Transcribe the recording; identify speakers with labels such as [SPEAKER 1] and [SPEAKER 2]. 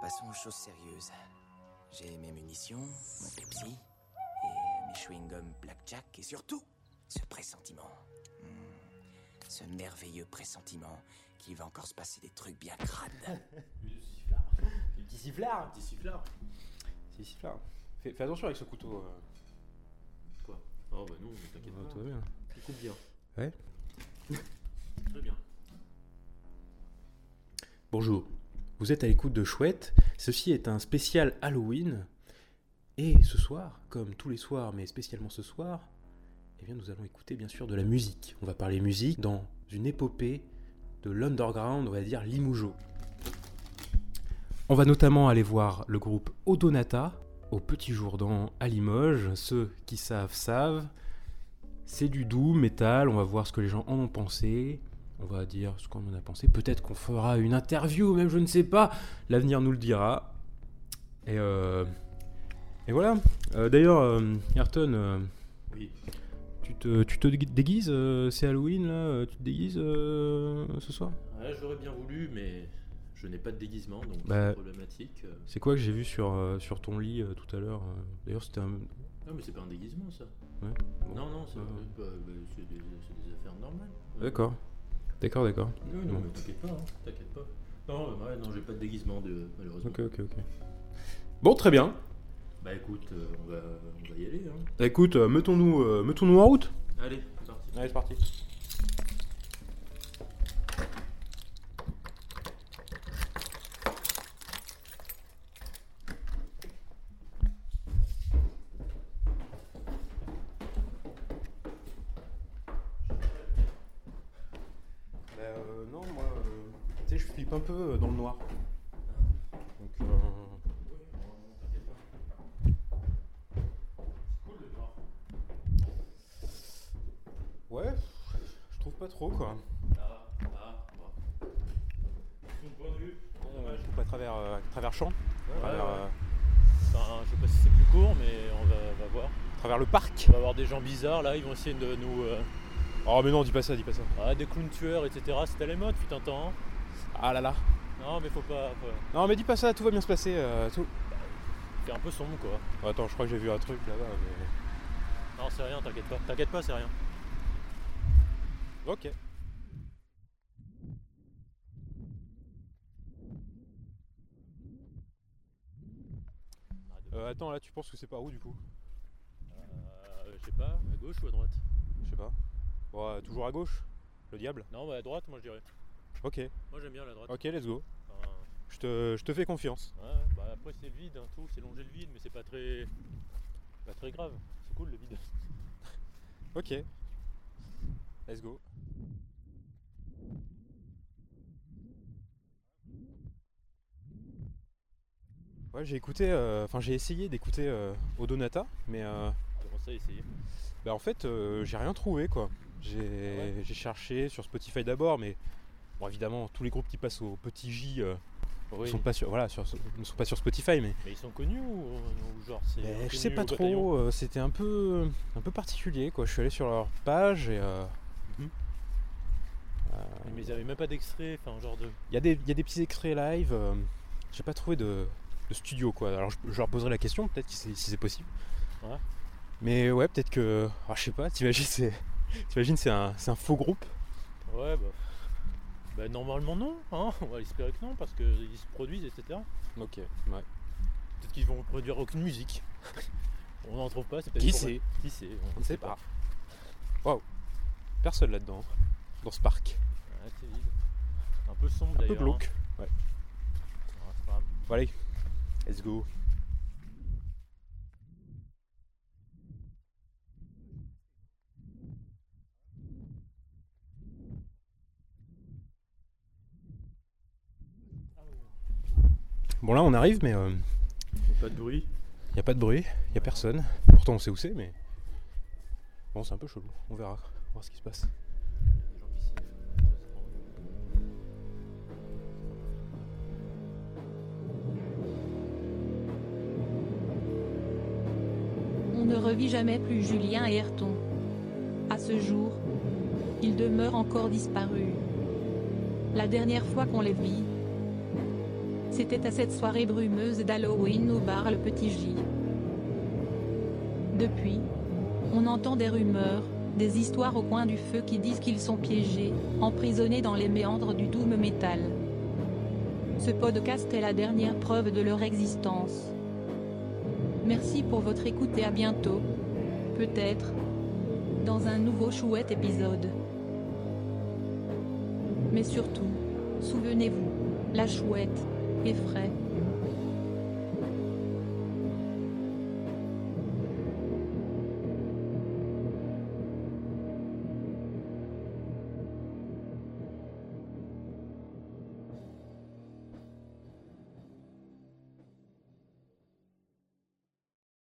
[SPEAKER 1] Passons aux choses sérieuses. J'ai mes munitions, mon Pepsi, et mes chewing-gums Blackjack, et surtout, ce pressentiment. Hmm, Ce merveilleux pressentiment qu'il va encore se passer des trucs bien crades.
[SPEAKER 2] Le sifflard.
[SPEAKER 3] Le petit sifflard
[SPEAKER 2] Petit sifflard.
[SPEAKER 3] Petit sifflard. Fais, fais attention avec ce couteau. euh,
[SPEAKER 2] Quoi Oh bah non, mais t'inquiète pas.
[SPEAKER 3] bien.
[SPEAKER 2] Il coupe bien.
[SPEAKER 3] Ouais.
[SPEAKER 2] Très bien.
[SPEAKER 4] Bonjour, vous êtes à l'écoute de Chouette. Ceci est un spécial Halloween. Et ce soir, comme tous les soirs, mais spécialement ce soir, eh bien nous allons écouter bien sûr de la musique. On va parler musique dans une épopée de l'underground, on va dire Limoujo. On va notamment aller voir le groupe Odonata au Petit Jourdan à Limoges. Ceux qui savent savent. C'est du doux métal, on va voir ce que les gens en ont pensé on va dire ce qu'on en a pensé. Peut-être qu'on fera une interview, même je ne sais pas. L'avenir nous le dira. Et, euh, et voilà. Euh, D'ailleurs, euh, Ayrton, euh,
[SPEAKER 2] Oui.
[SPEAKER 4] tu, te, tu te dégui- déguises euh, C'est Halloween là euh, Tu te déguises euh, ce soir
[SPEAKER 2] Ouais, Ah, j'aurais bien voulu, mais je n'ai pas de déguisement, donc
[SPEAKER 4] Bah.
[SPEAKER 2] c'est problématique. euh.
[SPEAKER 4] C'est quoi que j'ai vu sur, euh, sur ton lit euh, tout à l'heure euh D'ailleurs, c'était un.
[SPEAKER 2] Non, mais c'est pas un déguisement ça.
[SPEAKER 4] Ouais. Bon.
[SPEAKER 2] Non, non, c'est
[SPEAKER 4] Ouais. Ah,
[SPEAKER 2] bah, bah, c'est des, c'est des affaires normales.
[SPEAKER 4] D'accord. D'accord, d'accord.
[SPEAKER 2] Non, non,
[SPEAKER 4] Bon.
[SPEAKER 2] mais t'inquiète pas, hein, t'inquiète pas. Non, euh, ouais, non, j'ai pas de déguisement de malheureusement.
[SPEAKER 4] Ok, ok, ok. Bon, très bien.
[SPEAKER 2] Bah écoute, euh, on, va, on va y aller. Hein.
[SPEAKER 4] Écoute, euh, mettons-nous euh, mettons-nous en route.
[SPEAKER 2] Allez, c'est parti.
[SPEAKER 3] Allez, c'est parti. Bah, euh, non, moi, tu sais, je flippe un peu euh, dans le noir. Donc, euh, ouais, je trouve pas trop, quoi.
[SPEAKER 2] Ah, ah, Son point de vue,
[SPEAKER 3] je trouve pas à travers, euh, à travers champ, à travers, euh,
[SPEAKER 5] Enfin, je sais pas si c'est plus court, mais on va, va voir.
[SPEAKER 3] à travers le parc.
[SPEAKER 5] On va voir des gens bizarres là, ils vont essayer de nous. euh,
[SPEAKER 3] Oh, mais non, dis pas ça, dis pas ça.
[SPEAKER 5] ah, des clowns tueurs, etc. C'était les modes, putain, temps. hein.
[SPEAKER 3] Ah là là.
[SPEAKER 5] Non, mais faut pas. faut-
[SPEAKER 3] Non, mais dis pas ça, tout va bien se passer. euh, tout...
[SPEAKER 5] C'est un peu sombre quoi.
[SPEAKER 3] Oh, attends, je crois que j'ai vu un truc là-bas. mais-
[SPEAKER 5] Non, c'est rien, t'inquiète pas. T'inquiète pas, c'est rien.
[SPEAKER 3] Ok. Euh, attends, là, tu penses que c'est par où du coup
[SPEAKER 5] Euh, je sais pas, à gauche ou à droite
[SPEAKER 3] Je sais pas. Bon, euh, toujours à gauche Le diable
[SPEAKER 5] Non, bah à droite, moi je dirais.
[SPEAKER 3] Ok,
[SPEAKER 5] Moi j'aime bien la droite.
[SPEAKER 3] ok, let's go.
[SPEAKER 5] Enfin,
[SPEAKER 3] Je te, je te fais confiance.
[SPEAKER 5] ouais, ouais. bah, après, c'est vide, hein, tout. C'est longé le vide, mais c'est pas très. Pas très grave. C'est cool le vide.
[SPEAKER 3] Ok. Let's go. Ouais, j'ai écouté, euh, enfin j'ai essayé d'écouter euh, Odonata, mais euh,
[SPEAKER 5] Comment ça, essayer
[SPEAKER 3] Bah en fait, euh, j'ai rien trouvé quoi. J'ai
[SPEAKER 5] ouais
[SPEAKER 3] j'ai cherché sur Spotify d'abord, mais bon évidemment tous les groupes qui passent au petit J euh,
[SPEAKER 5] Oui.
[SPEAKER 3] sont pas sur, voilà, sur- ne sont pas sur Spotify, mais
[SPEAKER 5] Mais ils sont connus ou, ou genre c'est.
[SPEAKER 3] Mais je
[SPEAKER 5] inconnu
[SPEAKER 3] sais pas
[SPEAKER 5] au bataillon
[SPEAKER 3] trop. euh, C'était un peu un peu particulier quoi. Je suis allé sur leur page et euh,
[SPEAKER 5] Mhm.
[SPEAKER 3] euh,
[SPEAKER 5] Mais ils avaient même pas d'extrait, enfin genre de.
[SPEAKER 3] il y, a des- il y a des petits extraits live. euh, j'ai pas trouvé de, de studio quoi. Alors je, je leur poserai la question peut-être si c'est si c'est possible.
[SPEAKER 5] Ouais.
[SPEAKER 3] Mais ouais peut-être que ah, je sais pas. T'imagines c'est t'imagines, c'est un, c'est un faux groupe.
[SPEAKER 5] Ouais bah. Bah normalement non, hein on va espérer que non parce qu'ils se produisent etc. Peut-être
[SPEAKER 3] Ok. Ouais.
[SPEAKER 5] qu'ils vont produire aucune musique. on n'en trouve pas, c'est peut-être
[SPEAKER 3] Qui
[SPEAKER 5] pour-
[SPEAKER 3] sait
[SPEAKER 5] Qui sait
[SPEAKER 3] On ne sait pas. Waouh. Personne là-dedans. Dans ce parc.
[SPEAKER 5] Ouais, c'est vide. Un peu sombre
[SPEAKER 3] Un peu
[SPEAKER 5] d'ailleurs.
[SPEAKER 3] glauque.
[SPEAKER 5] hein. Ouais, c'est pas grave.
[SPEAKER 3] Bon, allez. Let's go. Bon là on arrive mais il
[SPEAKER 2] Pas de bruit.
[SPEAKER 3] n'y a pas de bruit, il n'y a personne. Pourtant on sait où c'est mais... Bon c'est un peu chelou, on verra, on verra ce qui se passe.
[SPEAKER 5] Les gens qui s'y-
[SPEAKER 6] On ne revit jamais plus Julien et Ayrton. À ce jour, ils demeurent encore disparus. La dernière fois qu'on les vit, C'était à cette soirée brumeuse d'Halloween au bar Le Petit J. Depuis, on entend des rumeurs, des histoires au coin du feu qui disent qu'ils sont piégés, emprisonnés dans les méandres du doom metal. Ce podcast est la dernière preuve de leur existence. Merci pour votre écoute et à bientôt. Peut-être dans un nouveau chouette épisode. Mais surtout, souvenez-vous, la chouette est frais.